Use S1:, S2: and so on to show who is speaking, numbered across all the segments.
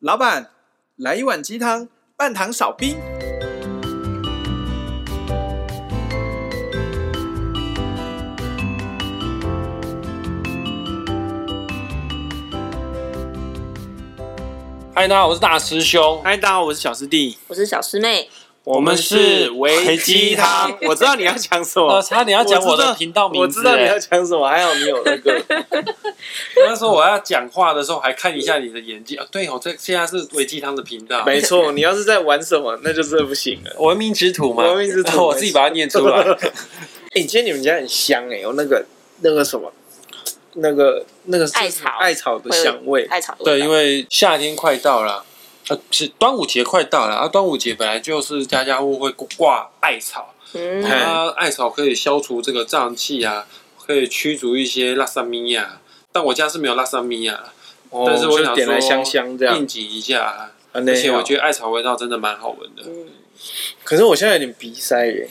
S1: 老板，来一碗鸡汤，半糖少冰。
S2: 嗨，大家好，我是大师兄，
S1: 嗨，大家好，我是小师弟，
S3: 我是小师妹，
S1: 我
S2: 们是
S1: 维
S2: 维
S1: 鸡
S2: 鸡
S1: 汤
S2: 汤。
S1: 我知道你要讲什
S2: 呃，
S1: 么，
S2: 差点要讲我的频道名字、
S1: 我知道你要
S2: 欸
S1: 讲什么，还好你有那 个。
S2: 那时候我要讲话的时候还看一下你的眼睛啊。对哦，这现在是维鸡汤的频道，
S1: 没错，你要是在玩什么，那就真的不行了。
S2: 文明之徒嘛，
S1: 文明之徒
S2: 我自己把它念出来。
S1: 哎、今天你们家很香哎、有那个那个什么，那个那个是
S3: 艾草
S1: 艾草的香味。
S3: 艾草的味道
S2: 对，因为夏天快到了，呃，是端午节快到了啊。端午节本来就是家家户户会挂艾草，
S1: 哎
S3: 嗯，
S2: 它艾草可以消除这个胀气啊，可以驱逐一些拉萨米亚。但我家是没有拉萨米亚，
S1: 哦
S2: 但是我
S1: 就
S2: 想
S1: 点来
S2: 说
S1: 香香这样
S2: 应，景一下啊。
S1: 而
S2: 而且我觉得艾草味道真的蛮好闻的。
S3: 嗯
S1: 可是我现在有点鼻塞耶，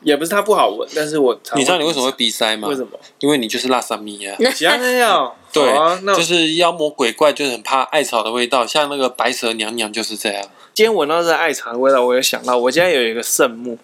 S1: 也不是它不好闻，但是我常
S2: 你知道你为什么会鼻塞吗？
S1: 为什么？
S2: 因为你就是拉萨米亚。
S1: 加那样
S2: 啊对，
S1: 好啊，那
S2: 就是妖魔鬼怪，就是很怕艾草的味道，像那个白蛇娘娘就是这样。
S1: 今天闻到这艾草的味道，我有想到我家有一个圣木，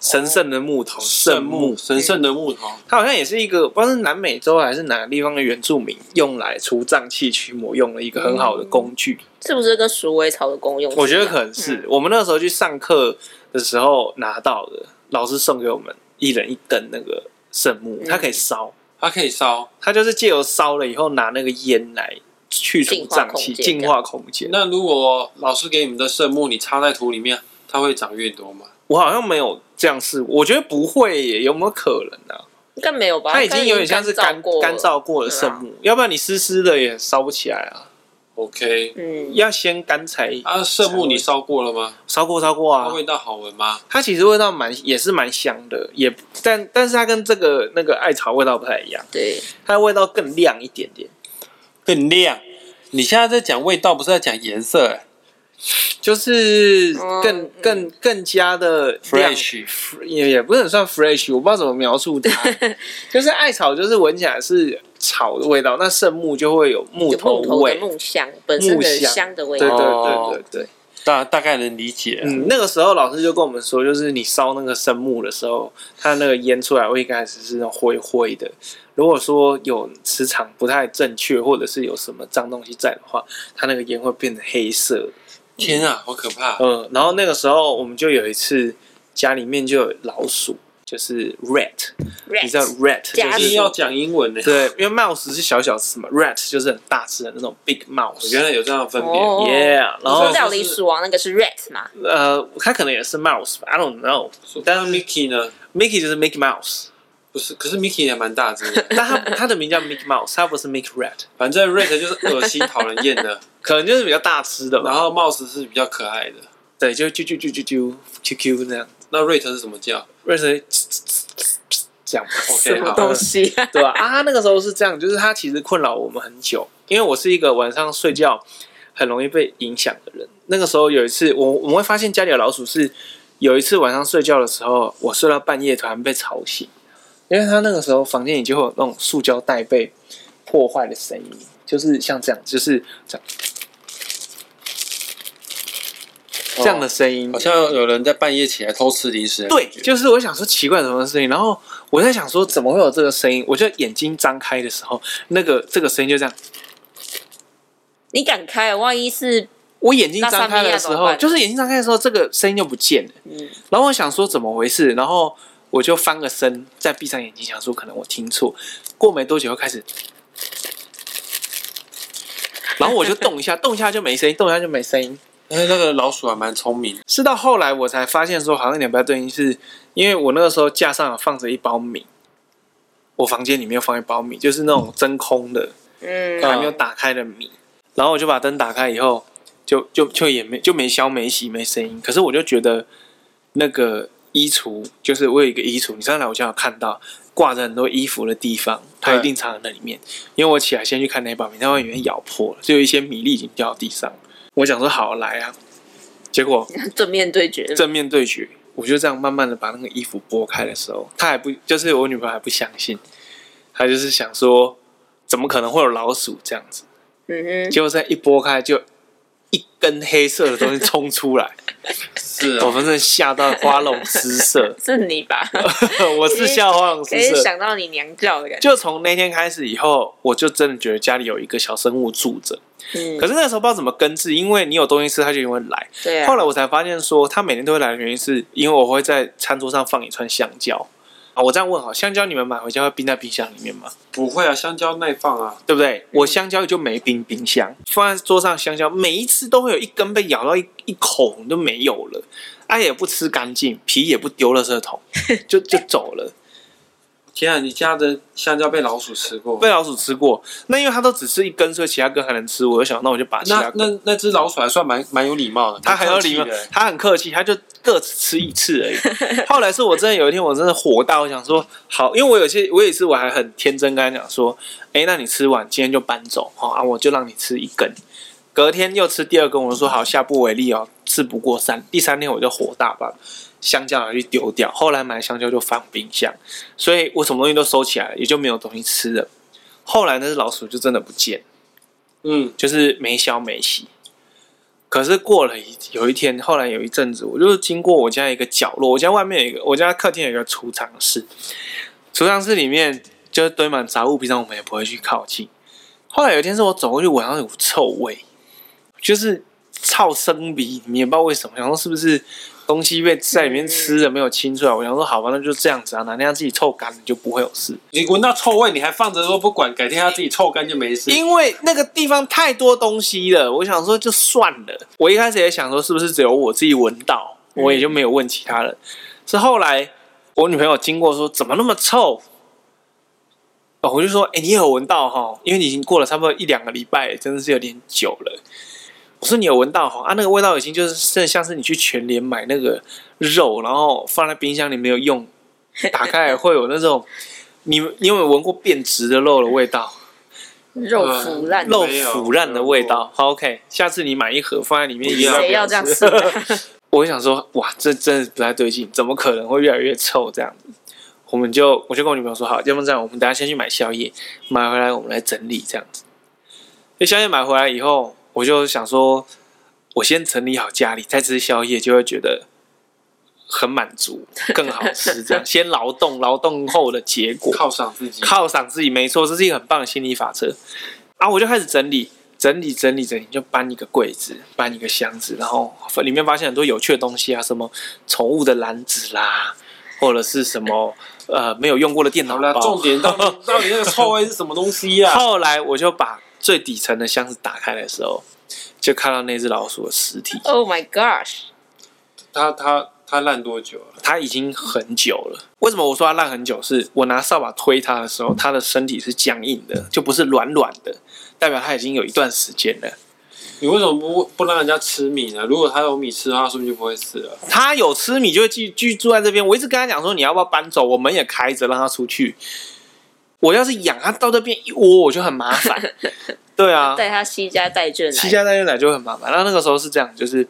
S1: 神圣的木头，圣木，
S2: 神圣的木头，
S1: 它好像也是一个不知道是南美洲还是哪个地方的原住民用来除瘴气驱魔用的一个很好的工具，
S3: 是不是跟嗯鼠尾草的功用？
S1: 我觉得可能是、我们那时候去上课的时候拿到的，老师送给我们一人一根那个圣木，它可以烧。
S2: 它可以烧。
S1: 它就是借由烧了以后拿那个烟来去除瘴气，净
S3: 净
S1: 化空间。那
S2: 那如果老师给你们的圣木，你插在土里面，它会长越多吗？
S1: 我好像没有这样试过，我觉得不会耶，有没有可能啊？
S3: 应该没有吧？
S1: 它已经有点像是干
S3: 干过了啊
S1: 干燥过的圣木，要不然你湿湿的也烧不起来啊。
S2: OK，
S3: 嗯，
S1: 要先干柴
S2: 啊，圣木你烧过了吗？
S1: 烧过烧过
S2: 它
S1: 啊，
S2: 味道好闻吗？
S1: 它其实味道蛮也是蛮香的，也但但是它跟这个那个艾草味道不太一样，
S3: 对，
S1: 它的味道更亮一点点，
S2: 更亮。你现在在讲味道，不是在讲颜色、欸。
S1: 就是
S3: 嗯
S1: 更更更加的亮
S2: Fresh，
S1: 也也不能算 fresh，我不知道怎么描述 它，就是艾草就是闻起来是草的味道，那圣木就会有木
S3: 有
S1: 头
S3: 木头的
S1: 味，
S3: 木香本身
S1: 木
S3: 的
S1: 香
S3: 香的味
S1: 对对
S3: 道，
S1: 对对对。
S2: 大大概能理解、啊。
S1: 嗯，那个时候老师就跟我们说，就是你烧那个生木的时候，它那个烟出来会一开始是那种灰灰的。如果说有磁场不太正确，或者是有什么脏东西在的话，它那个烟会变成黑色的。
S2: 天啊，好可怕！
S1: 嗯，然后那个时候我们就有一次家里面就有老鼠，就是 rat，
S3: Rat
S1: 你知道 rat
S3: 家
S1: 就
S2: 一定
S1: 是
S2: 要讲英文呢、
S1: 对，因为 mouse 是小小只嘛，rat 就是很大只的那种 big
S2: 我
S1: mouse。
S2: 原来有这样的分别。
S3: 哦
S1: Yeah，然
S3: 你
S1: 后
S3: 说料理鼠王那个是 rat 嘛？
S1: 呃，它可能也是 mouse，吧 I don't know。
S2: 但是 Mickey 呢？
S1: Mickey 就是 Mickey Mouse。
S2: 不是，可是 Mickey 也蛮大只 的。
S1: 但他他的名叫 Mickey Mouse，他不是 Mickey Rat，
S2: 反正 Red 就是恶心、讨人厌的，
S1: 可能就是比较大只的
S2: 然
S1: 吧。
S2: 后 Mouse 是比较可爱的。
S1: 对，就啾啾啾啾啾啾啾那样。
S2: 那 Red 是怎么叫
S1: Rat 是这样哦
S3: 什
S2: ？OK，
S3: 么
S2: 好，
S3: 东西？
S1: 对吧？啊，他那个时候是这样，就是他其实困扰我们很久，因为我是一个晚上睡觉很容易被影响的人。那个时候有一次，我我们会发现家里有老鼠是有一次晚上睡觉的时候，我睡到半夜突然被吵醒，因为他那个时候房间里就会有那种塑胶袋被破坏的声音，就是像这样，就是这样这样的声音
S2: 哦好，像有人在半夜起来偷吃零食的
S1: 对
S2: 感，觉。
S1: 就是我想说奇怪什么声音，然后我在想说怎么会有这个声音，我就眼睛张开的时候，那个这个声音就这样，
S3: 你敢开？万一是
S1: 我眼睛张开的时
S3: 那萨米亚怎么
S1: 候，
S3: 办
S1: 就是眼睛张开的时候，这个声音就不见了。
S3: 嗯
S1: 然后我想说怎么回事，然后我就翻个身，再闭上眼睛，想说可能我听错。过没多久又开始，然后我就动一下，动一下就没声音，动一下就没声音。
S2: 哎，那个老鼠还蛮聪明的，
S1: 是到后来我才发现说，好像有点不太对劲，是因为我那个时候架上有放着一包米，我房间里面有放一包米，就是那种真空的，
S3: 嗯，
S1: 还没有打开的米。然后我就把灯打开以后，就就就也没就没消没息没声音。可是我就觉得那个衣橱，就是我有一个衣橱，你上来我就有看到挂着很多衣服的地方，它
S2: 对
S1: 一定藏在那里面。因为我起来先去看那把米，它外面咬破了，就有一些米粒已经掉到地上。我想说好来啊，结果
S3: 正面对决，
S1: 正面对决，我就这样慢慢的把那个衣服拨开的时候，她还不就是我女朋友还不相信，她就是想说怎么可能会有老鼠这样子。
S3: 嗯哼，。
S1: 结果再一拨开就一根黑色的东西冲出来，
S2: 是
S1: 我
S2: 哦，
S1: 们真的吓到花容失色
S3: 是你 吧？
S1: 我哦是吓花容
S3: 可
S1: 失
S3: 以
S1: 色。
S3: 想到你娘叫的感觉。
S1: 就从那天开始以后，我就真的觉得家里有一个小生物住着。
S3: 嗯，
S1: 可是那时候不知道怎么根治，因为你有东西吃，它就一定会来。
S3: 对啊
S1: 后，来我才发现说，它每天都会来的原因是因为我会在餐桌上放一串香蕉。啊，我这样问好，香蕉你们买回家会冰在冰箱里面吗？
S2: 不会啊，香蕉耐放啊，
S1: 对不对？我香蕉就没冰冰箱，放在桌上香蕉，每一次都会有一根被咬到一一口红都没有了，啊也不吃干净，皮也不丢垃圾桶，就就走了。
S2: 天啊，你家的香蕉被老鼠吃过？
S1: 被老鼠吃过，那因为它都只吃一根，所以其他根还能吃，我就想那我就把其他
S2: 那
S1: 根。
S2: 那那只老鼠还算蛮蛮有礼貌的，
S1: 他很有
S2: 蛮客
S1: 礼
S2: 气
S1: 貌
S2: 的，
S1: 他很客气，他就各只吃一次而已。后来是我真的有一天，我真的火到，我想说好，因为我有些我有一次我还很天真跟他讲说，哎、那你吃完今天就搬走哦啊，我就让你吃一根。隔天又吃第二根，我就说好，下不为例哦，事不过三。第三天我就火大把香蕉拿去丢掉，后来买香蕉就放冰箱，所以我什么东西都收起来了，也就没有东西吃了。后来那只老鼠就真的不见了。
S2: 嗯，
S1: 就是没消没息。可是过了一有一天，后来有一阵子，我就是经过我家一个角落，我家外面有一个，我家客厅有一个储藏室，储藏室里面就是堆满杂物，平常我们也不会去靠近。后来有一天是我走过去，闻到有股臭味，就是臭生鼻，你也不知道为什么，想说是不是东西被在里面吃了没有清出来？我想说好吧，那就这样子啊，哪天它自己臭干了就不会有事。
S2: 你闻到臭味你还放着说不管，改天它自己臭干就没事。
S1: 因为那个地方太多东西了，我想说就算了。我一开始也想说是不是只有我自己闻到，我也就没有问其他人。是后来我女朋友经过说怎么那么臭，哦，我就说哎、你有闻到哈，因为你已经过了差不多一两个礼拜，真的是有点久了。我说你有闻到哈啊，那个味道已经就是真的像是你去全联买那个肉，然后放在冰箱里没有用，打开来会有那种。你你有没有闻过变质的肉的味道？
S3: 肉腐烂，
S1: 肉
S2: 没有
S1: 腐烂的味道。好，OK，下次你买一盒放在里面，
S2: 不
S1: 一定
S2: 要
S3: 谁要这样
S1: 吃
S3: 吃？啊？
S1: 我就想说，哇，这真的不太对劲，怎么可能会越来越臭这样子？我们就我就跟我女朋友说，好，要不然这样，我们等一下先去买宵夜，买回来我们来整理这样子。那宵夜买回来以后，我就想说，我先整理好家里，再吃宵夜，就会觉得很满足，更好吃 这样。先劳动，劳动后的结果，
S2: 犒赏自己，
S1: 犒赏自己，没错，这是一个很棒的心理法则。啊，我就开始整理，整理，整理，整理，就搬一个柜子，搬一个箱子，然后里面发现很多有趣的东西啊，什么宠物的篮子啦，或者是什么 呃没有用过的电脑
S2: 好啦，
S1: 包
S2: 重点到 啊底到底那个臭味是什么东西呀、
S1: 后来我就把最底层的箱子打开的时候，就看到那只老鼠的尸体，
S3: Oh my gosh！
S2: 它它它烂多久了？
S1: 它已经很久了。为什么我说它烂很久是？我拿扫把推它的时候，它的身体是僵硬的，就不是软软的，代表它已经有一段时间了。
S2: 你为什么不不让人家吃米呢？如果它有米吃的话，说不定就不会死了。
S1: 他有吃米就会继继续住在这边。我一直跟他讲说，你要不要搬走？我门也开着，让他出去。我要是养他到这边一窝，我就很麻烦。对啊，
S3: 带他西家带眷
S1: 七
S3: 来，
S1: 家带进来就很麻烦。那那个时候是这样，就是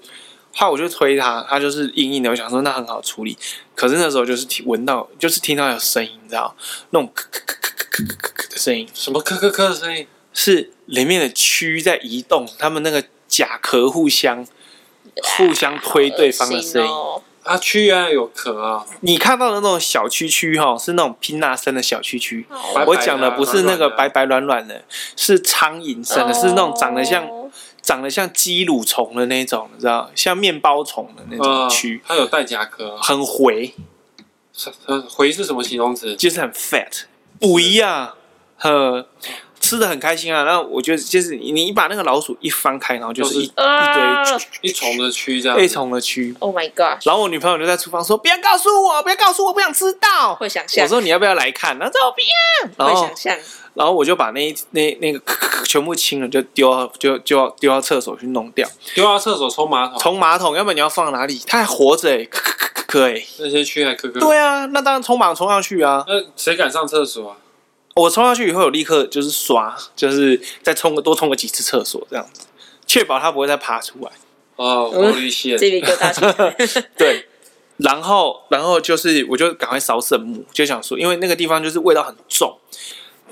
S1: 后来我就推他，他就是硬硬的，我想说那很好处理。可是那时候就是听闻到，就是听到有声音，你知道，那种咳咳咳咳咳咳咳的声音，
S2: 什么咳咳咳的声音？
S1: 是里面的蛆在移动，他们那个甲壳互相互相推对方的声音
S3: 恶心。哦
S2: 啊，蛆原来有壳啊！
S1: 你看到的那种小蛐蛐哈，是那种拼纳生的小蛐蛐。
S2: 白白的啊
S1: 我讲的不是那个
S2: 软软的
S1: 白白软软的，是苍蝇生的，是那种长得像
S3: 哦
S1: 长得像鸡乳虫的那种，你知道，像面包虫的那种
S2: 啊
S1: 蛆，，
S2: 它有带甲壳啊。
S1: 很回，
S2: 呃回是什么形容词？
S1: 就是很 fat，不一样，呵，吃的很开心啊。那我觉得就是你你把那个老鼠一翻开，然后就是一、
S3: 啊
S2: 一虫的蛆这样。
S1: 一。虫的蛆。
S3: Oh my gosh！
S1: 然后我女朋友就在厨房说：“不要告诉我，不要告诉我，不想知道。
S3: 会想”象
S1: 我，说：“哦你要不要来看？”然后她说：“我不要。”
S3: 会
S1: 然后
S3: 想象，
S1: 然后我就把那一那那个咳咳咳全部清了，就丢到就就要丢到厕所去弄掉，
S2: 丢到厕所冲马桶。
S1: 冲马桶，要不然你要放哪里？它还活着哎、欸，咳咳咳咳哎、欸，
S2: 那些蛆还咳咳。。
S1: 对啊，那当然冲马桶冲上去啊！
S2: 那谁敢上厕所啊？
S1: 我冲上去以后，有立刻就是刷，就是再冲个多冲个几次厕所这样子，确保它不会再爬出来。
S2: 哦，
S3: 嗯
S2: 红绿线。
S3: 这里疙瘩起 来
S1: 对，然后然后就是我就赶快烧圣木，就想说，因为那个地方就是味道很重，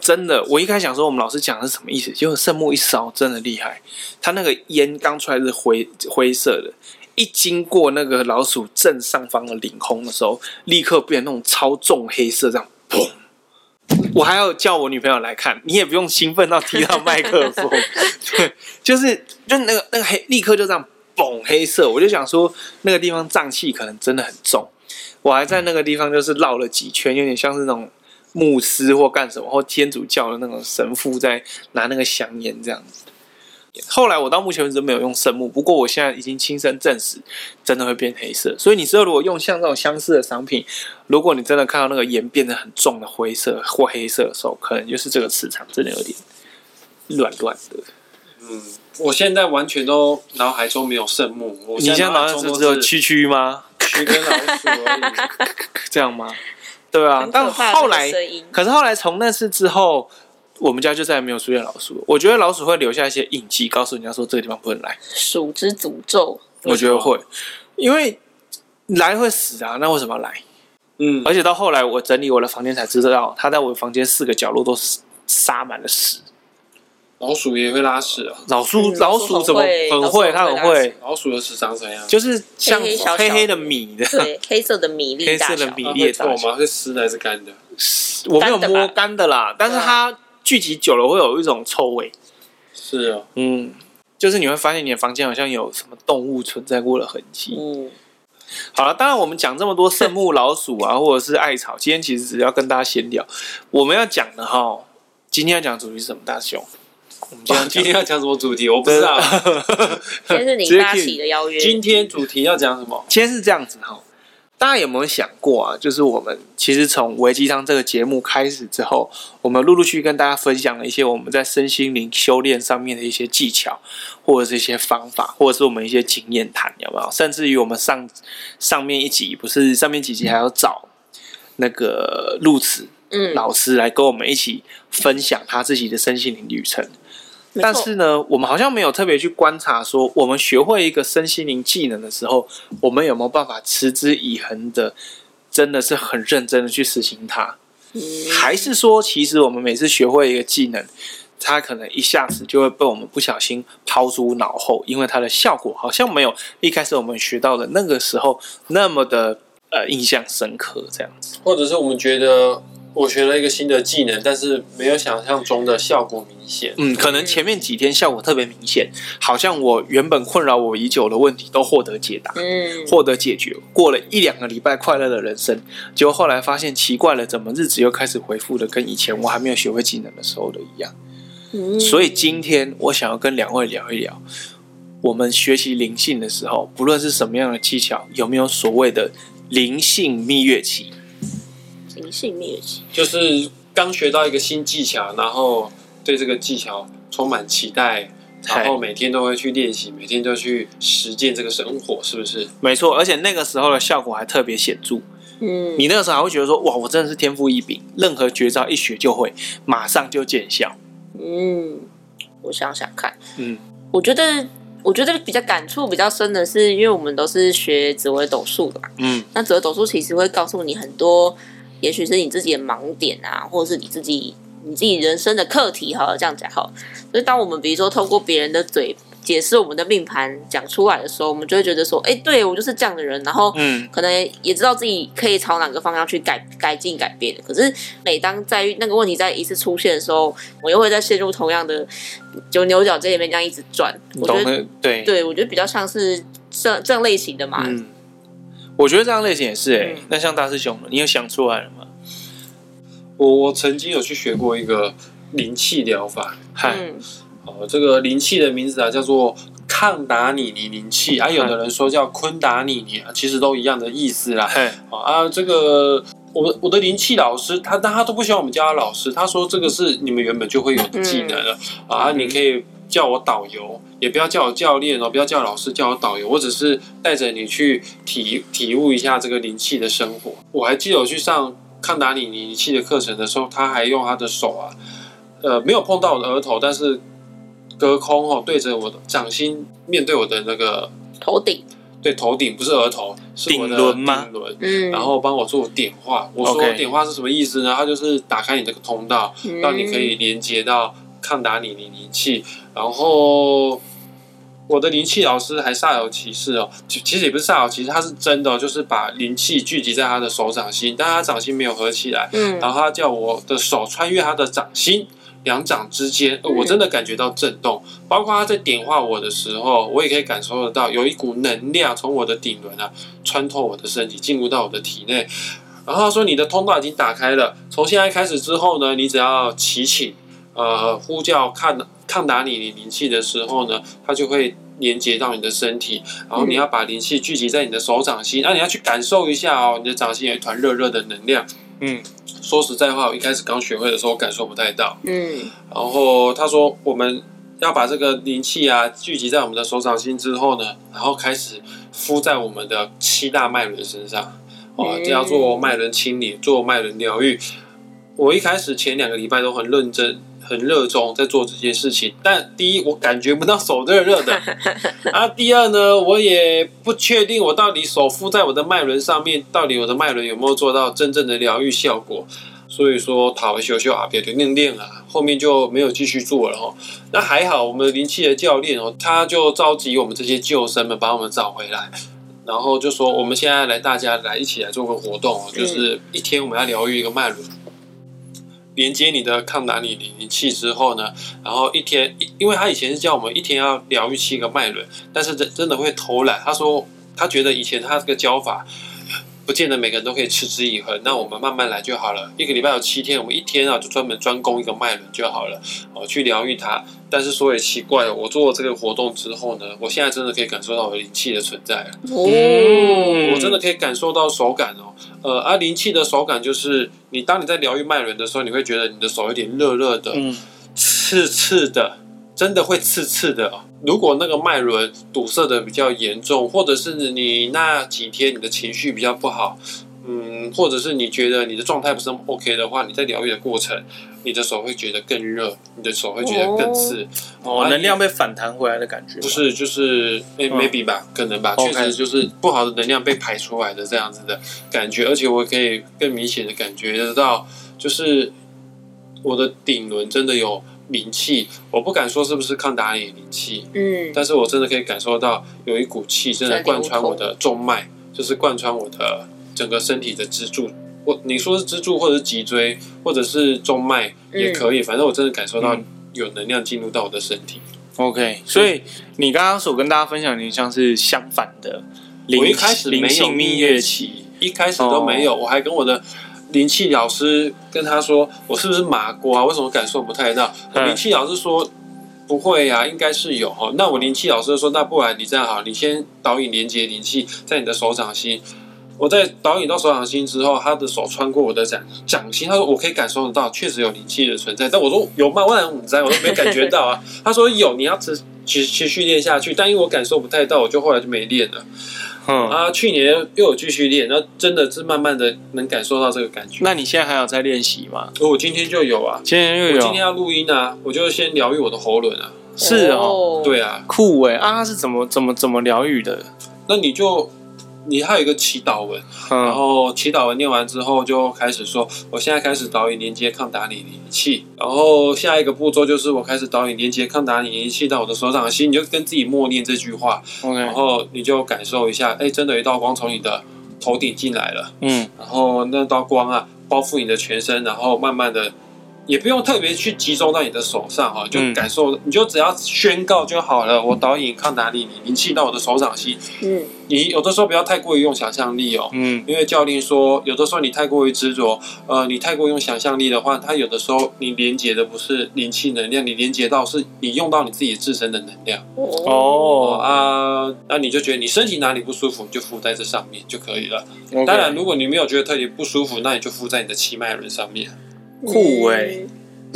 S1: 真的，我一开始想说我们老师讲的是什么意思，结果圣木一烧真的厉害，它那个烟刚出来是灰灰色的，一经过那个老鼠正上方的领空的时候，立刻变那种超重黑色，这样砰！我还要叫我女朋友来看，你也不用兴奋到踢到麦克风， 对，就是就那个那个黑，立刻就这样嘣黑色，我就想说那个地方瘴气可能真的很重，我还在那个地方就是绕了几圈，有点像是那种牧师或干什么或天主教的那种神父在拿那个香烟这样子。后来我到目前为止都没有用圣木，不过我现在已经亲身证实，真的会变黑色。所以你之后如果用像这种相似的商品，如果你真的看到那个盐变得很重的灰色或黑色的时候，可能就是这个磁场真的有点乱乱的。
S2: 嗯，我现在完全都脑海中没有圣木，我
S1: 你现在脑
S2: 脑
S1: 袋
S2: 海中
S1: 只
S2: 都
S1: 只有
S2: 是
S1: 蛐蛐吗？
S2: 蛆跟老鼠而已。
S1: 这样吗？对啊
S3: 很，
S1: 但
S3: 可怕的
S1: 后
S3: 那个
S1: 来
S3: 声音
S1: 可是后来从那次之后，我们家就再也没有出现老鼠了。我觉得老鼠会留下一些印记，告诉人家说这个地方不能来。
S3: 鼠之诅咒，
S1: 我觉得会，因为来会死啊，那为什么要来？
S2: 嗯，
S1: 而 且到后来我整理我的房间才知道，它在我房间四个角落都是撒满了屎。
S2: 老鼠也会拉屎啊。
S1: 老鼠、
S3: 嗯
S1: 老
S3: 老
S1: 鼠
S3: 鼠
S1: 怎么
S3: 很会
S1: 很会？
S3: 老鼠很
S1: 它很
S3: 会拉
S1: 会
S3: 屎，
S2: 老鼠的屎长怎样？
S1: 就是像
S3: 黑黑小小
S1: 黑黑的米的，
S3: 对，黑色的米粒
S1: 黑
S3: 大
S1: 色
S3: 小
S1: 的，米
S2: 它
S1: 粒
S2: 会
S1: 的大
S2: 臭
S1: 小。
S2: 吗？是湿的还是干的？
S1: 我没有
S3: 干的吧啊
S1: 摸干的啦，但是它聚集久了会有一种臭味。
S2: 是哦，
S1: 嗯，就是你会发现你的房间好像有什么动物存在过的痕迹。
S3: 嗯，
S1: 好了，当然我们讲这么多圣木、老鼠啊，或者是艾草，今天其实只是要跟大家闲聊。我们要讲的哈，今天要讲的主题是什么？大雄，我们今天要讲
S2: 哦今天要 讲什么主题？我不知道。
S3: 这是你
S1: 直接
S3: 发
S1: cue
S3: 起的邀约，
S2: 啊今天主题要讲什么？
S1: 今天是这样子哈，大家有没有想过啊？就是我们其实从维基汤这个节目开始之后，我们陆陆续续跟大家分享了一些我们在身心灵修炼上面的一些技巧，或者是一些方法，或者是我们一些经验谈，有没有？甚至于我们上上面一集不是上面几集还要找那个路子
S3: 嗯，
S1: 老师来跟我们一起分享他自己的身心灵旅程。
S3: 没
S1: 但
S3: 错
S1: 是呢，我们好像没有特别去观察说，我们学会一个身心灵技能的时候，我们有没有办法持之以恒的，真的是很认真的去实行它？
S3: 嗯
S1: 还是说，其实我们每次学会一个技能，它可能一下子就会被我们不小心抛诸脑后，因为它的效果好像没有一开始我们学到的那个时候那么的呃印象深刻，这样子。
S2: 或者是我们觉得我学了一个新的技能，但是没有想象中的效果明显。
S1: 嗯，可能前面几天效果特别明显，好像我原本困扰我已久的问题都获得解答。
S3: 嗯，
S1: 获得解决，过了一两个礼拜快乐的人生，结果后来发现奇怪了，怎么日子又开始回复的跟以前我还没有学会技能的时候的一样？
S3: 嗯
S1: 所以今天我想要跟两位聊一聊，我们学习灵性的时候，不论是什么样的技巧，有没有所谓的灵性蜜月期？
S3: 灵性灭绝，
S2: 就是刚学到一个新技巧，然后对这个技巧充满期待，然后
S1: 嗨
S2: 每天都会去练习，每天都去实践这个生活，是不是？
S1: 没错，而且那个时候的效果还特别显著。
S3: 嗯，
S1: 你那个时候还会觉得说，哇，我真的是天赋异禀，任何绝招一学就会，马上就见效。
S3: 嗯，我想想看，
S1: 嗯，
S3: 我觉得。我觉得比较感触比较深的是，因为我们都是学紫微斗数的嘛，
S1: 嗯，
S3: 那紫微斗数其实会告诉你很多，也许是你自己的盲点啊，或者是你自己你自己人生的课题，好了，这样讲好了。所以当我们比如说透过别人的嘴解释我们的命盘讲出来的时候，我们就会觉得说，哎、对我就是这样的人，然后。
S1: 嗯，
S3: 可能也知道自己可以朝哪个方向去改改进改变的，可是每当在那个问题再一次出现的时候，我又会再陷入同样的就牛角尖里面这样一直转。我觉
S1: 懂
S3: 得，
S1: 得对
S3: 对我觉得比较像是这这样类型的嘛，
S1: 嗯，我觉得这样类型也是哎、
S3: 嗯
S1: 那像大师兄呢，你有想出来了吗？
S2: 我我曾经有去学过一个灵气疗法，
S1: 嗨、
S3: 嗯
S2: 哦，这个灵气的名字啊叫做抗达里尼灵气，啊，有的人说叫昆达里尼，啊其实都一样的意思啦。
S1: 嗨，
S2: 哦啊，这个我我的灵气老师，他但他都不喜欢我们家的老师，他说这个是你们原本就会有的技能了、啊，你可以叫我导游，也不要叫我教练哦，不要叫老师，叫我导游，我只是带着你去体体悟一下这个灵气的生活。我还记得我去上康达里尼灵气的课程的时候，他还用他的手啊，呃，没有碰到我的额头，但是隔空哦对着我的掌心面对我的那个
S3: 头顶
S2: 对头顶不是额头，是我
S1: 顶
S2: 的
S1: 轮吗
S2: 顶轮。
S3: 嗯，
S2: 然后帮我做点化，我说
S1: OK
S2: 点化是什么意思呢？它就是打开你这个通道，让你可以连接到抗打你你灵气。然后我的灵气老师还煞有其事哦，其其实也不是煞有其事，他是真的哦、就是把灵气聚集在他的手掌心，但他掌心没有合起来，
S3: 嗯，
S2: 然后他叫我的手穿越他的掌心，两掌之间，呃我真的感觉到震动。包括他在点化我的时候，我也可以感受得到，有一股能量从我的顶轮啊穿透我的身体，进入到我的体内。然后他说：“你的通道已经打开了，从现在开始之后呢，你只要祈请，呃，呼叫看抗打你你灵气的时候呢，它就会连接到你的身体，然后你要把灵气聚集在你的手掌心，啊那、你要去感受一下哦，你的掌心有一团热热的能量。
S1: 嗯，
S2: 说实在话，我一开始刚学会的时候我感受不太到。
S3: 嗯
S2: 然后他说我们要把这个灵气啊聚集在我们的手掌心之后呢，然后开始敷在我们的七大脉轮身上，哦，
S3: 嗯
S2: 这要做脉轮清理，做脉轮疗愈。我一开始前两个礼拜都很认真、很热衷在做这件事情，但第一我感觉不到手热热的，啊，第二呢，我也不确定我到底手敷在我的脉轮上面，到底我的脉轮有没有做到真正的疗愈效果。所以说，讨修修啊，别就练练啊，后面就没有继续做了哦。那还好，我们灵气的教练哦，他就召集我们这些旧生们，把我们找回来，然后就说我们现在来，大家来一起来做个活动哦，就是一天我们要疗愈一个脉轮，连接你的抗打你灵气之后呢，然后一天，因为他以前是叫我们一天要疗愈七个脉轮，但是真真的会偷懒。他说他觉得以前他这个教法，不见得每个人都可以持之以恒。那我们慢慢来就好了。一个礼拜有七天，我们一天啊就专门专攻一个脉轮就好了，哦，去疗愈它。但是说也奇怪了，我做这个活动之后呢，我现在真的可以感受到我的灵气的存在了。
S3: 嗯
S1: 嗯
S3: 哦，
S2: 我真的可以感受到手感哦。呃，啊，灵气的手感就是你当你在疗愈脉轮的时候，你会觉得你的手有点热热的，
S1: 嗯，
S2: 刺刺的，真的会刺刺的哦。如果那个脉轮堵塞的比较严重，或者是你那几天你的情绪比较不好，嗯，或者是你觉得你的状态不是那么 OK 的话，你在疗愈的过程，你的手会觉得更热，你的手会觉得更刺。
S1: 哦，
S2: 啊
S1: 能量被反弹回来的感觉吗，
S2: 不是，就是诶
S1: 嗯
S2: maybe 吧，可能吧，确
S1: OK
S2: 实就是不好的能量被排出来的这样子的感觉，而且我可以更明显的感觉得到，就是我的顶轮真的有灵气，我不敢说是不是抗打你的灵气，
S3: 嗯，
S2: 但是我真的可以感受到有一股气真的贯穿我的中脉，就是贯穿我的整个身体的支柱。我你说是支柱，或者是脊椎，或者是中脉也可以，反正我真的感受到
S1: 嗯
S2: 有能量进入到我的身体。
S1: OK，所以你刚刚所跟大家分享，有点像是相反的灵
S2: 我一开始没有
S1: 灵性蜜月期，哦
S2: 一开始都没有，我还跟我的灵气老师跟他说，我是不是麻瓜、啊？为什么感受不太到？我
S1: 嗯
S2: 灵气老师说不会呀、应该是有哦。那我灵气老师就说，那不然你这样好，你先导引连接灵气在你的手掌心。我在导引到手掌心之后，他的手穿过我的掌掌心，他说我可以感受得到，确实有灵气的存在。但我说有吗？我很在，我都没感觉 到啊。他说有，你要持持持续练下去，但因为我感受不太到，我就后来就没练了。
S1: 嗯，
S2: 啊，去年又有继续练，那真的是慢慢的能感受到这个感觉。
S1: 那你现在还有在练习吗？
S2: 哦我今天就有啊，
S1: 今天又
S2: 我今天
S1: 有，
S2: 要录音啊，我就先疗愈我的喉咙啊。
S1: 是哦，，
S2: 对啊，
S1: 酷哎，啊，它是怎么怎么怎么疗愈的？
S2: 那你就你还有一个祈祷文，然
S1: 嗯，
S2: 后祈祷文念完之后就开始说，我现在开始导引连接抗打你灵气，然后下一个步骤就是我开始导引连接抗打你灵气到我的手掌心，你就跟自己默念这句话，然
S1: OK，
S2: 后你就感受一下，哎，真的有一道光从你的头顶进来了。
S1: 嗯
S2: 然后那道光啊包覆你的全身，然后慢慢的也不用特别去集中到你的手上哈、就
S1: 嗯
S2: 感受，你就只要宣告就好了。我导引康达利，你灵气到我的手掌心。
S3: 嗯
S2: 你有的时候不要太过于用想象力哦，
S1: 嗯
S2: 因为教练说，有的时候你太过于执着，呃，你太过用想象力的话，它有的时候你连接的不是灵气能量，你连接到是你用到你自己自身的能量哦
S1: 哦
S2: 啊，那你就觉得你身体哪里不舒服，你就附在这上面就可以了。
S1: ，OK，
S2: 当然，如果你没有觉得特别不舒服，那你就敷在你的七脉轮上面。
S3: 嗯
S1: 酷欸，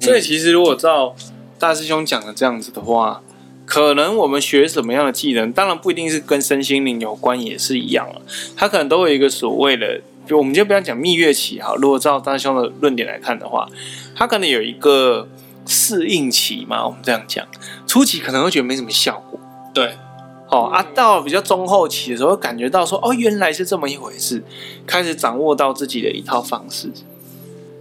S1: 所以其实如果照大师兄讲的这样子的话，可能我们学什么样的技能，当然不一定是跟身心灵有关，也是一样了。它可能都有一个所谓的，就我们就不要讲蜜月期哈。如果照大师兄的论点来看的话，它可能有一个适应期嘛，我们这样讲，初期可能会觉得没什么效果，
S2: 对，
S1: 哦啊，到了比较中后期的时候，感觉到说哦，原来是这么一回事，开始掌握到自己的一套方式。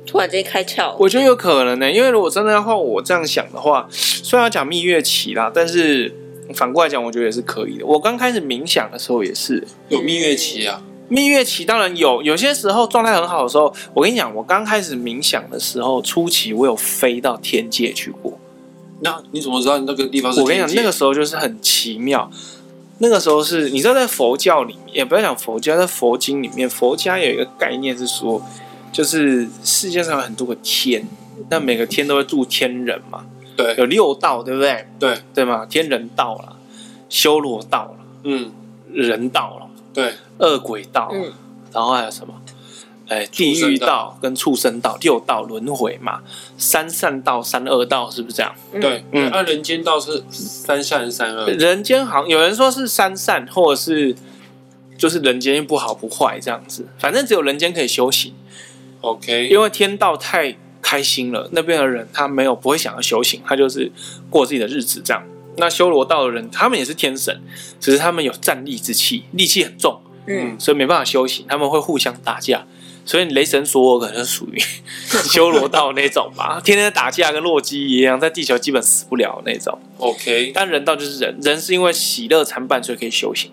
S3: 突然之间开窍，
S1: 我觉得有可能呢、因为如果真的要换我这样想的话，虽然要讲蜜月期啦，但是反过来讲，我觉得也是可以的。我刚开始冥想的时候也是，
S2: 有蜜月期啊，
S1: 蜜月期当然有，有些时候状态很好的时候，我跟你讲，我刚开始冥想的时候，初期我有飞到天界去过。
S2: 那你怎么知道你那个地方是
S1: 我跟你
S2: 天
S1: 讲，
S2: 界？
S1: 那个时候就是很奇妙。那个时候是，你知道，在佛教里面，也不要讲佛教，在佛经里面，佛家有一个概念是说，就是世界上有很多个天，那每个天都会住天人嘛，
S2: 对
S1: 有六道，对不对？
S2: 对，
S1: 对吗？天人道啦，修罗道啦，
S2: 嗯，
S1: 人道啦，
S2: 对，
S1: 恶鬼道啦，
S3: 嗯
S1: 然后还有什么？哎，地狱道跟畜生道六道轮回嘛，三善道、三恶道是不是这样？
S3: 嗯
S2: 对，
S1: 嗯
S2: 那人间道是三善三恶，
S1: 人间好像有人说是三善，或者是就是人间不好不坏这样子，反正只有人间可以修行，
S2: OK，
S1: 因为天道太开心了，那边的人他没有不会想要修行，他就是过自己的日子这样。那修罗道的人，他们也是天神，只是他们有战力之气，力气很重，
S3: 嗯，
S1: 所以没办法修行，他们会互相打架。所以雷神索尔可能是属于 修罗道那种吧，天天打架跟洛基一样，在地球基本死不了那种。
S2: OK，
S1: 但人道就是人，人是因为喜乐参半，所以可以修行。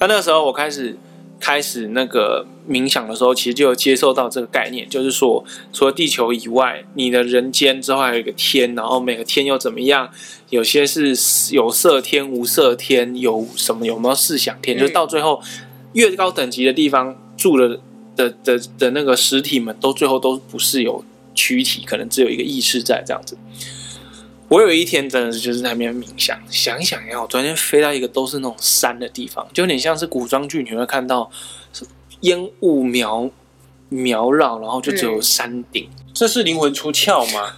S1: 那那个时候我开始开始那个冥想的时候，其实就有接受到这个概念，就是说，除了地球以外，你的人间之后还有一个天，然后每个天又怎么样？有些是有色天、无色天，有什么有没有四想天？
S3: 嗯
S1: 就是到最后越高等级的地方住了的的的的那个实体们，都最后都不是有躯体，可能只有一个意识在这样子。我有一天真的是就是在那边冥想，想一想呀，我昨天飞到一个都是那种山的地方，就有点像是古装剧你会看到是烟雾缭缭绕，然后就只有山顶。
S2: 这是灵魂出窍吗？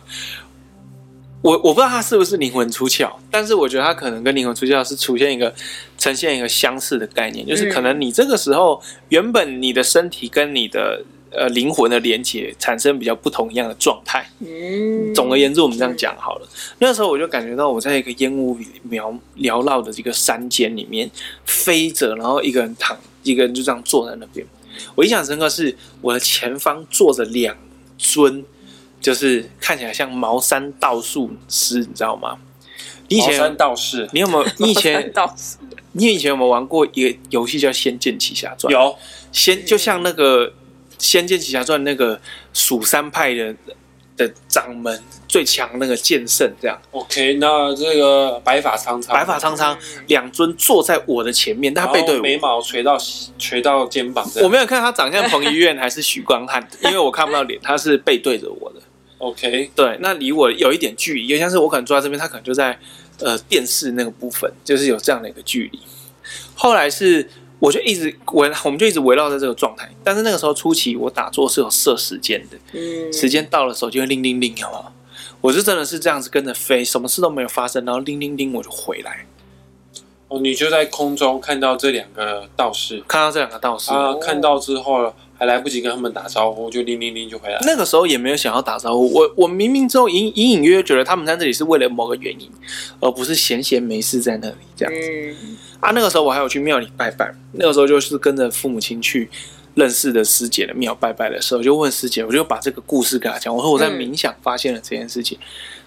S1: 我我不知道它是不是灵魂出窍，但是我觉得它可能跟灵魂出窍是出现一个呈现一个相似的概念，就是可能你这个时候原本你的身体跟你的呃灵魂的连接产生比较不同一样的状态。
S3: 嗯，
S1: 总而言之，我们这样讲好了。那时候我就感觉到我在一个烟雾缭缭绕的这个山间里面飞着，然后一个人躺，一个人就这样坐在那边。我印象深刻是我的前方坐着两尊，就是看起来像茅山道术师，你知道吗？你以
S2: 茅山
S1: 前
S2: 道士
S1: 你有没有？你以 前
S3: 到死
S1: 你以前有没有玩过一个游戏叫《仙剑奇侠传》？
S2: 有
S1: 仙就像那个《仙剑奇侠传》那个蜀山派的的掌门最强那个剑圣，这样
S2: OK，那这个白发苍苍，
S1: 白发苍苍，两尊坐在我的前面，但他背
S2: 然
S1: 对
S2: 后眉
S1: 我。
S2: 毛垂到垂到肩膀这
S1: 我
S2: 样。
S1: 没有看他长相彭于晏还是许光汉，因为我看不到脸，他是背对着我的。
S2: OK，
S1: 对，那离我有一点距离，就像是我可能坐在这边，他可能就在呃电视那个部分，就是有这样的一个距离。后来是我就一直围，我们就一直围绕在这个状态。但是那个时候初期，我打坐是有设时间的，
S3: 嗯，
S1: 时间到了，手机会铃铃铃，好不好？我是真的是这样子跟着飞，什么事都没有发生，然后铃铃铃我就回来，
S2: 哦，你就在空中看到这两个道士，
S1: 看到这两个道士，哦
S2: 啊，看到之后还来不及跟他们打招呼，就铃铃铃就回来。
S1: 那个时候也没有想要打招呼。我我明明之后隐隐隐约约觉得他们在这里是为了某个原因，而不是闲闲没事在那里这样
S3: 嗯，
S1: 啊。那个时候我还有去庙里拜拜，那个时候就是跟着父母亲去。认识的师姐的庙拜拜的时候，我就问师姐，我就把这个故事跟她讲。我说我在
S3: 嗯
S1: 冥想发现了这件事情，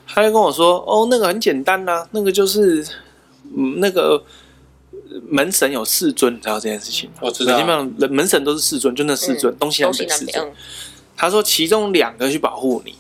S1: 她就跟我说：“哦，那个很简单呐、那个就是嗯，那个呃门神有四尊，你知道这件事情吗？
S2: 我知道
S1: 门神庙门神都是四尊，就那四尊，东西南
S3: 东
S1: 北
S3: 西南
S1: 四
S3: 北，
S1: 尊。
S3: 嗯
S1: 他说其中两个去保护你。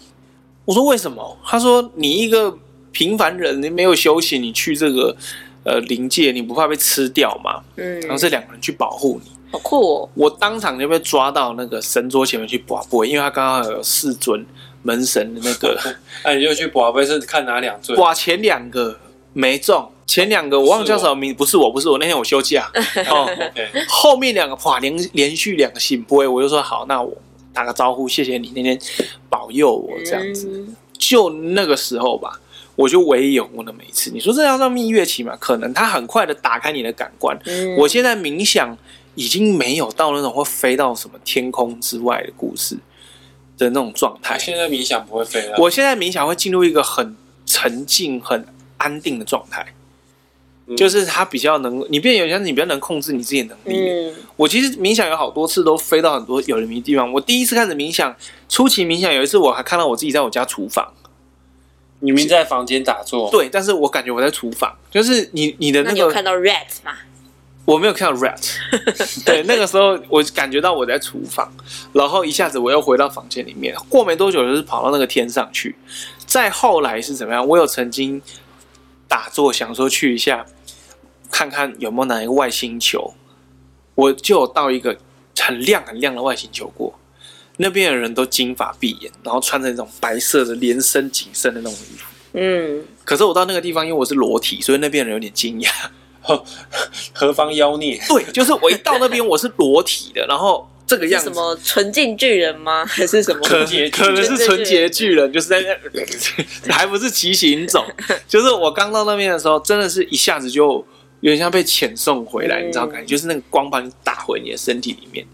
S1: 我说为什么？他说你一个平凡人，你没有修行，你去这个呃灵界，你不怕被吃掉吗？
S3: 嗯，
S1: 然后这两个人去保护你。
S3: 好酷哦，
S1: 我当场就被抓到那个神桌前面去保护，因为他刚好有四尊门神的那个。
S2: 那、你就去宝贝是看哪两尊？
S1: 哇，前两个没中，前两个我忘了叫什么名，不是我，不是我，那天我休假。哦，
S2: ，OK，
S1: 后面两个哇，连连续两个醒波，我就说好，那我打个招呼，谢谢你那天保佑我这样子。
S3: 子，
S1: 就那个时候吧，我就唯有我那么一次。你说这要让蜜月期嘛？可能它很快的打开你的感官。
S3: 嗯
S1: 我现在冥想已经没有到那种会飞到什么天空之外的故事的那种状态
S2: 他。
S3: 嗯
S2: 现在冥想不会飞了。
S1: 我现在冥想会进入一个很沉静、很安定的状态。
S2: 嗯
S1: 就是它比较能，你变有点像你比较能控制你自己的能力。
S3: 嗯，
S1: 我其实冥想有好多次都飞到很多有人迷的地方。我第一次开始冥想，初期冥想有一次我还看到我自己在我家厨房，
S2: 你们在房间打坐，
S1: 对，但是我感觉我在厨房，就是你你的
S3: 那
S1: 那
S3: 你有
S1: 个
S3: 看到 rat 吗？
S1: 我没有看到 rat，对， 那个时候我感觉到我在厨房，然后一下子我又回到房间里面，过没多久就是跑到那个天上去。再后来是怎么样？我有曾经打坐想说去一下，看看有没有哪一个外星球，我就有到一个很亮很亮的外星球过。那边的人都金发碧眼，然后穿着那种白色的连身紧身的那种衣服。
S3: 嗯，
S1: 可是我到那个地方，因为我是裸体，所以那边人有点惊 讶。
S2: 何方妖孽？
S1: 对，就是我一到那边我是裸体的，然后这个
S3: 是
S1: 样
S3: 什
S1: 子，
S3: 么纯净巨人吗？还是什么？
S1: 可
S2: 纯洁巨
S1: 可
S2: 人
S1: 能是纯洁巨人，就是在那， 还不是骑行 种，就是我刚到那边的时候，真的是一下子就有点像被遣送回来，
S3: 嗯
S1: 你知道，感觉就是那个光把你打回你的身体里面，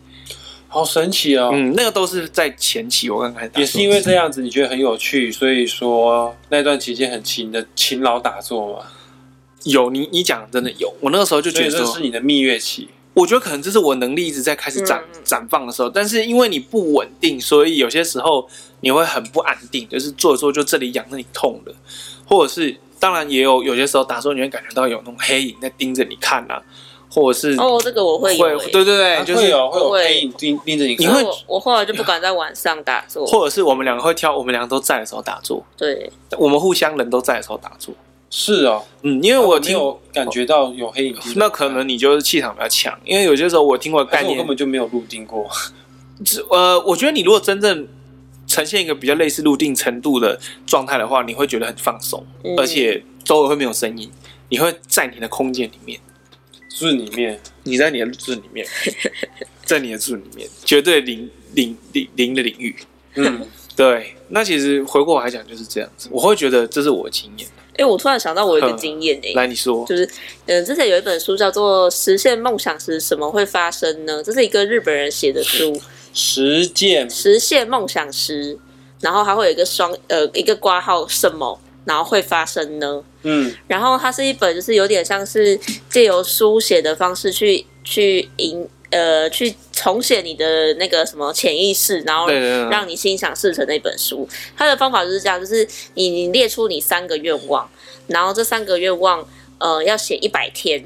S2: 好神奇哦！
S1: 嗯，那个都是在前期我刚开始打
S2: 也是因为
S1: 坐
S2: 这样子，你觉得很有趣，所以说那段期间很勤的勤劳打坐嘛，
S1: 有你你讲的真的有，我那个时候就
S2: 所
S1: 觉
S2: 以
S1: 得
S2: 这
S1: 说
S2: 是，你的蜜月期。
S1: 我觉得可能这是我能力一直在开始展
S3: 嗯
S1: 绽放的时候，但是因为你不稳定，所以有些时候你会很不安定，就是做一做就这里痒那里痛了，或者是当然也有有些时候打坐你会感觉到有那种黑影在盯着你看啊，或者是
S3: 哦，这个我会有、欸，
S1: 对对对，哎就
S2: 啊会哦
S1: 是
S2: 有会有
S3: 会
S2: 黑影盯盯着你
S1: 你
S2: 看，
S1: 会
S3: 我我后来就不敢在晚上打坐，
S1: 或者是我们两个会挑我们两个都在的时候打坐，
S3: 对，
S1: 我们互相人都在的时候打坐，
S2: 是哦，
S1: 嗯，因为
S2: 我
S1: 我
S2: 没
S1: 听。
S2: 有感觉到有黑影盯着你看。
S1: 那可能你就是气场比较强，因为有些时候我听过的概
S2: 还是我
S1: 念
S2: 根，本就没有入定过。
S1: 呃，我觉得你如果真正呈现一个比较类似入定程度的状态的话，你会觉得很放松，
S3: 嗯
S1: 而且周围会没有声音，你会在你的空间里面，
S2: 是里面
S1: 你在你的字里 面，在你的字里面，绝对零零零零的领域。
S2: 嗯，
S1: 对，那其实回过来讲就是这样子，我会觉得这是我的经验。
S3: 哎、我突然想到我有一个经验哎、
S1: 来，你说，
S3: 就是，嗯，之前有一本书叫做《实现梦想时什么会发生呢》，这是一个日本人写的书，《
S2: 实践
S3: 实现梦想时》，然后还会有一个双呃一个挂号什么，然后会发生呢？
S2: 嗯
S3: 然后它是一本就是有点像是借由书写的方式去去引呃去重写你的那个什么潜意识，然后
S1: 对对对
S3: 让你心想事成的一本书。它的方法就是这样，就是你你列出你三个愿望，然后这三个愿望呃要写一百天，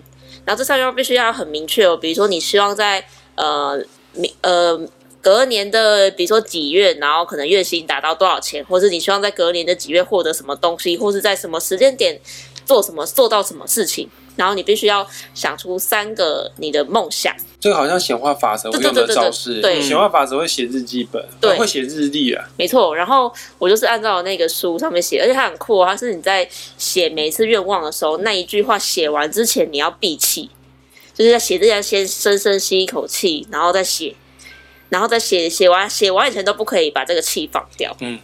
S3: 然后这三个愿望必须要很明确哦，比如说你希望在呃明呃。隔年的，比如说几月，然后可能月薪达到多少钱，或是你希望在隔年的几月获得什么东西，或是在什么时间点做什么，做到什么事情，然后你必须要想出三个你的梦想。
S2: 这个好像显化法则会用
S3: 对
S2: 的
S3: 对对对
S2: 招式，
S3: 对
S2: 显化法则会写日记本，
S3: 对
S2: 会写日历啊，
S3: 没错，然后我就是按照那个书上面写，而且它很酷、哦，它是你在写每一次愿望的时候，那一句话写完之前你要闭气，就是在写之前先深深吸一口气，然后再写，然后再写，写完写完以前都不可以把这个气放掉。
S1: 嗯，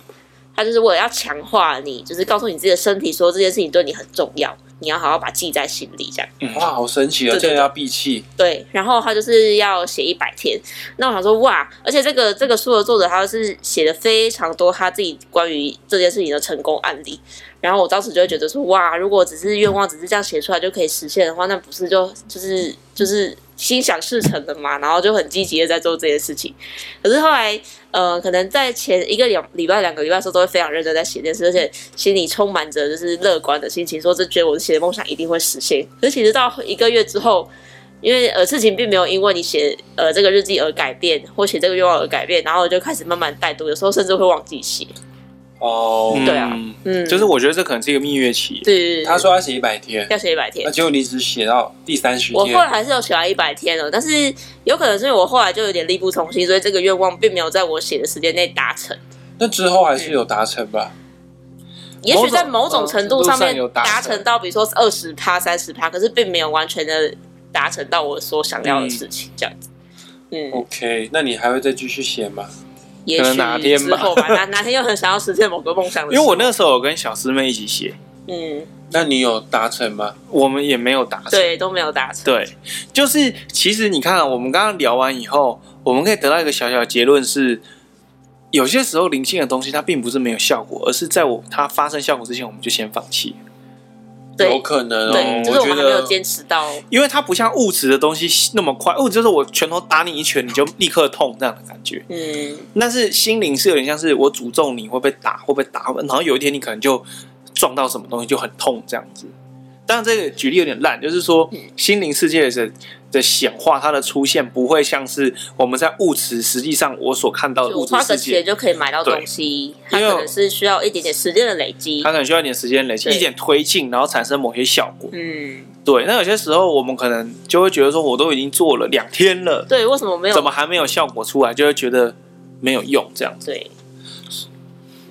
S3: 它就是为了要强化你，就是告诉你自己的身体说这件事情对你很重要，你要好好把它记在心里，这样。
S2: 哇，好神奇啊！
S3: 对对
S2: 这个要闭气，
S3: 对，然后他就是要写一百天。那我想说，哇，而且这个这个书的作者他是写了非常多他自己关于这件事情的成功案例。然后我当时就会觉得说，哇，如果只是愿望只是这样写出来就可以实现的话，那不是就就是就是心想事成的嘛？然后就很积极的在做这件事情。可是后来，呃，可能在前一个两礼拜、两个礼拜的时候，都会非常认真在写这件事，而且心里充满着就是乐观的心情，说这觉得我写的梦想一定会实现。可是其实到一个月之后，因为呃事情并没有因为你写呃这个日记而改变，或写这个愿望而改变，然后就开始慢慢怠惰，有时候甚至会忘记写。
S2: 哦，
S1: 嗯
S3: 对啊嗯，
S1: 就是我觉得这可能是一个蜜月期。
S3: 对
S2: 他说要写一百天，
S3: 要写一百
S2: 那
S3: 天。
S2: 结果你只写到第三十
S3: 我后来
S2: 天，
S3: 还是有写完一百天了，但是有可能是因为我后来就有点力不从心，所以这个愿望并没有在我写的时间内达成。
S2: 那之后
S3: 嗯
S2: 还是有达成吧？
S3: 也许在某种程度上
S1: 某种程度上有
S3: 面
S1: 达成
S3: 达成到，比如说二十趴、三十趴，可是并没有完全的达成到我所想要的事情，这样子。嗯，
S2: OK，那你还会再继续写吗？
S3: 也
S1: 可能
S3: 许
S1: 哪天吧
S3: 之后吧，哪哪天又很想要实现某个梦想的
S1: 因
S3: 时
S1: 为
S3: 候，
S1: 我那时候有跟小师妹一起写，
S3: 嗯，
S2: 那你有达成吗？
S1: 我们也没有达成。
S3: 对，都没有达成。
S1: 对，就是其实你看啊、我们刚刚聊完以后，我们可以得到一个小小的结论是，有些时候灵性的东西它并不是没有效果，而是在我它发生效果之前，我们就先放弃。
S2: 有
S3: 对
S2: 可能哦
S3: 对，，就是我
S2: 我
S3: 们
S2: 觉
S3: 还没有
S2: 得
S3: 坚持到，
S1: 因为它不像物质的东西那么快，物质就是我拳头打你一拳你就立刻痛这样的感觉。
S3: 嗯，
S1: 但是心灵是有点像是我诅咒你会被打，会被打，然后有一天你可能就撞到什么东西就很痛这样子。当然，这个举例有点烂，就是说
S3: 嗯
S1: 心灵世界的的显化，它的出现不会像是我们在物质，实际上我所看到的
S3: 就我
S1: 物质
S3: 花个
S1: 呃世
S3: 钱
S1: 界，
S3: 就可以买到东西，它
S1: 因为
S3: 可能是需要一点点时间的累积
S1: 它，可能需要一点时间累积，
S3: 对
S1: 一点推进，然后产生某些效果。
S3: 嗯，
S1: 对，那有些时候我们可能就会觉得说，我都已经做了两天了，
S3: 对，为什么没有
S1: 怎么还没有效果出来，就会觉得没有用这样子。
S3: 对？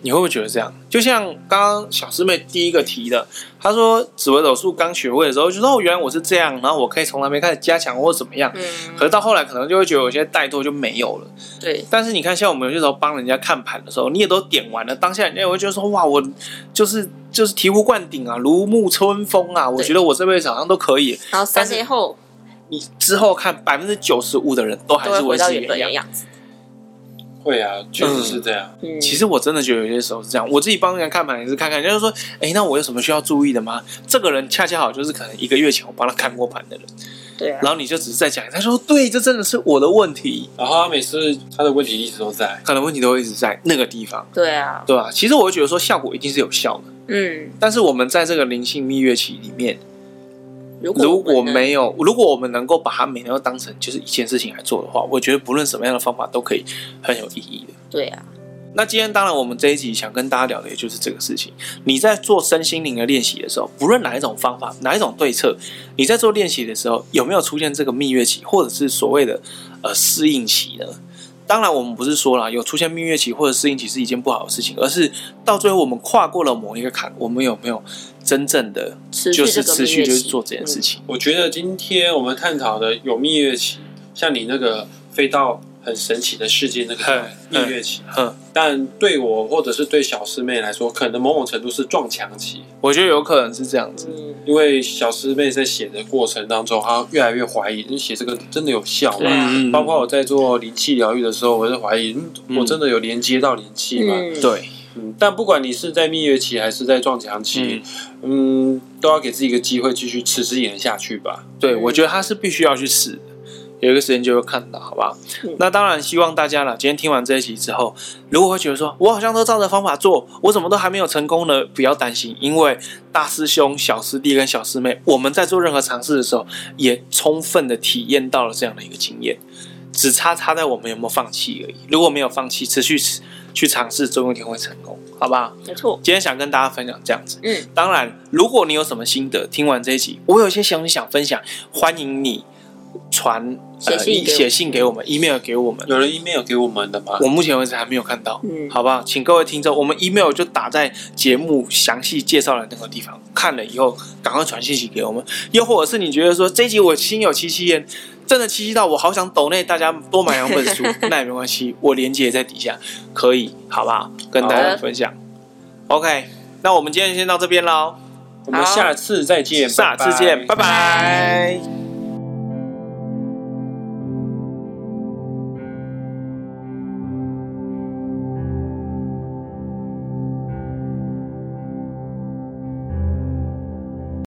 S1: 你会不会觉得这样？就像刚刚小师妹第一个提的，她说紫微斗数刚学会的时候，就说哦，原来我是这样，然后我可以从那边开始加强或怎么样。
S3: 嗯，
S1: 可是到后来，可能就会觉得有些怠惰就没有了。
S3: 对，
S1: 但是你看，像我们有些时候帮人家看盘的时候，你也都点完了，当下人家也会觉得说：“哇，我就是就是醍醐灌顶啊，如沐春风啊！”我
S3: 对
S1: 觉得我这辈子好像都可以。
S3: 然后三
S1: 但是
S3: 天后
S1: 你之后看百分之九十五的人都还
S3: 都
S1: 是维
S3: 会回到
S1: 持
S3: 原本的
S1: 原样。
S3: 样子，
S2: 会啊，确实是这样。
S3: 嗯，
S1: 其实我真的觉得有些时候是这样，我自己帮人家看盘也是看看，人家就说：“哎，那我有什么需要注意的吗？”这个人恰恰好就是可能一个月前我帮他看过盘的人，
S3: 对啊，
S1: 然后你就只是在讲，他说：“对，这真的是我的问题，
S2: 然后他每次他的问题一直都在，
S1: 可能问题都会一直在那个地方，
S3: 对啊，
S1: 对吧？”其实我会觉得说效果一定是有效的，
S3: 嗯，
S1: 但是我们在这个灵性蜜月期里面，
S3: 如果
S1: 如
S3: 我
S1: 果
S3: 们能
S1: 没有，如果我们能够把它每天都当成就是一件事情来做的话，我觉得不论什么样的方法都可以很有意义的。
S3: 对啊，
S1: 那今天当然，我们这一集想跟大家聊的也就是这个事情。你在做身心灵的练习的时候，不论哪一种方法、哪一种对策，你在做练习的时候，有没有出现这个蜜月期，或者是所谓的呃适应期呢？当然，我们不是说啦，有出现蜜月期或者适应期是一件不好的事情，而是到最后我们跨过了某一个坎，我们有没有真正的
S3: 持续
S1: 就是
S3: 这个
S1: 持
S3: 蜜
S1: 续
S3: 月
S1: 就是
S3: 期嗯
S1: 做这件事，情？
S2: 我觉得今天我们探讨的有蜜月期，像你那个飞到很神奇的世界那个
S1: 嗯
S2: 蜜月期，
S1: 嗯，
S2: 但对我或者是对小师妹来说，可能某种程度是撞墙期，
S1: 我觉得有可能是这样子。
S3: 嗯，嗯
S2: 因为小师妹在写的过程当中，她越来越怀疑，你写这个真的有效
S3: 对
S2: 吗？
S3: 啊
S1: 嗯，
S2: 包括我在做灵气疗愈的时候，我是怀疑，嗯，我真的有连接到灵气吗？
S3: 嗯，
S1: 对，
S2: 嗯，但不管你是在蜜月期还是在撞墙期，嗯都要给自己一个机会继续持之以恒下去吧。
S1: 对，
S3: 嗯
S1: 我觉得他是必须要去试的，有一个时间就会看到，好吧
S3: 嗯？
S1: 那当然，希望大家了，今天听完这一集之后，如果会觉得说我好像都照着方法做，我怎么都还没有成功呢？不要担心，因为大师兄、小师弟跟小师妹，我们在做任何尝试的时候，也充分的体验到了这样的一个经验，只差差在我们有没有放弃而已。如果没有放弃，持续去尝试，总有一天会成功，好吧？
S3: 没错，
S1: 今天想跟大家分享这样子。
S3: 嗯，
S1: 当然，如果你有什么心得，听完这一集，我有一些想想分享，欢迎你传呃
S3: 写信
S1: 一
S3: 给我
S1: 写信给我们，email 给我们。
S2: 有人 email 给我们的吗？
S1: 我目前为止还没有看到，
S3: 嗯
S1: 好不好？请各位听众，我们 email 就打在节目详细介绍的那个地方，看了以后赶快传信息给我们。又或者是你觉得说这一集我心有戚戚焉，真的戚戚到我好想抖内大家多买两本书， 那也没关系，我连接也在底下，可以，好不好？跟大
S3: 好
S1: 家
S3: 的
S1: 分享。OK，那我们今天先到这边喽，
S2: 我们下次再见，
S1: 下次见，拜拜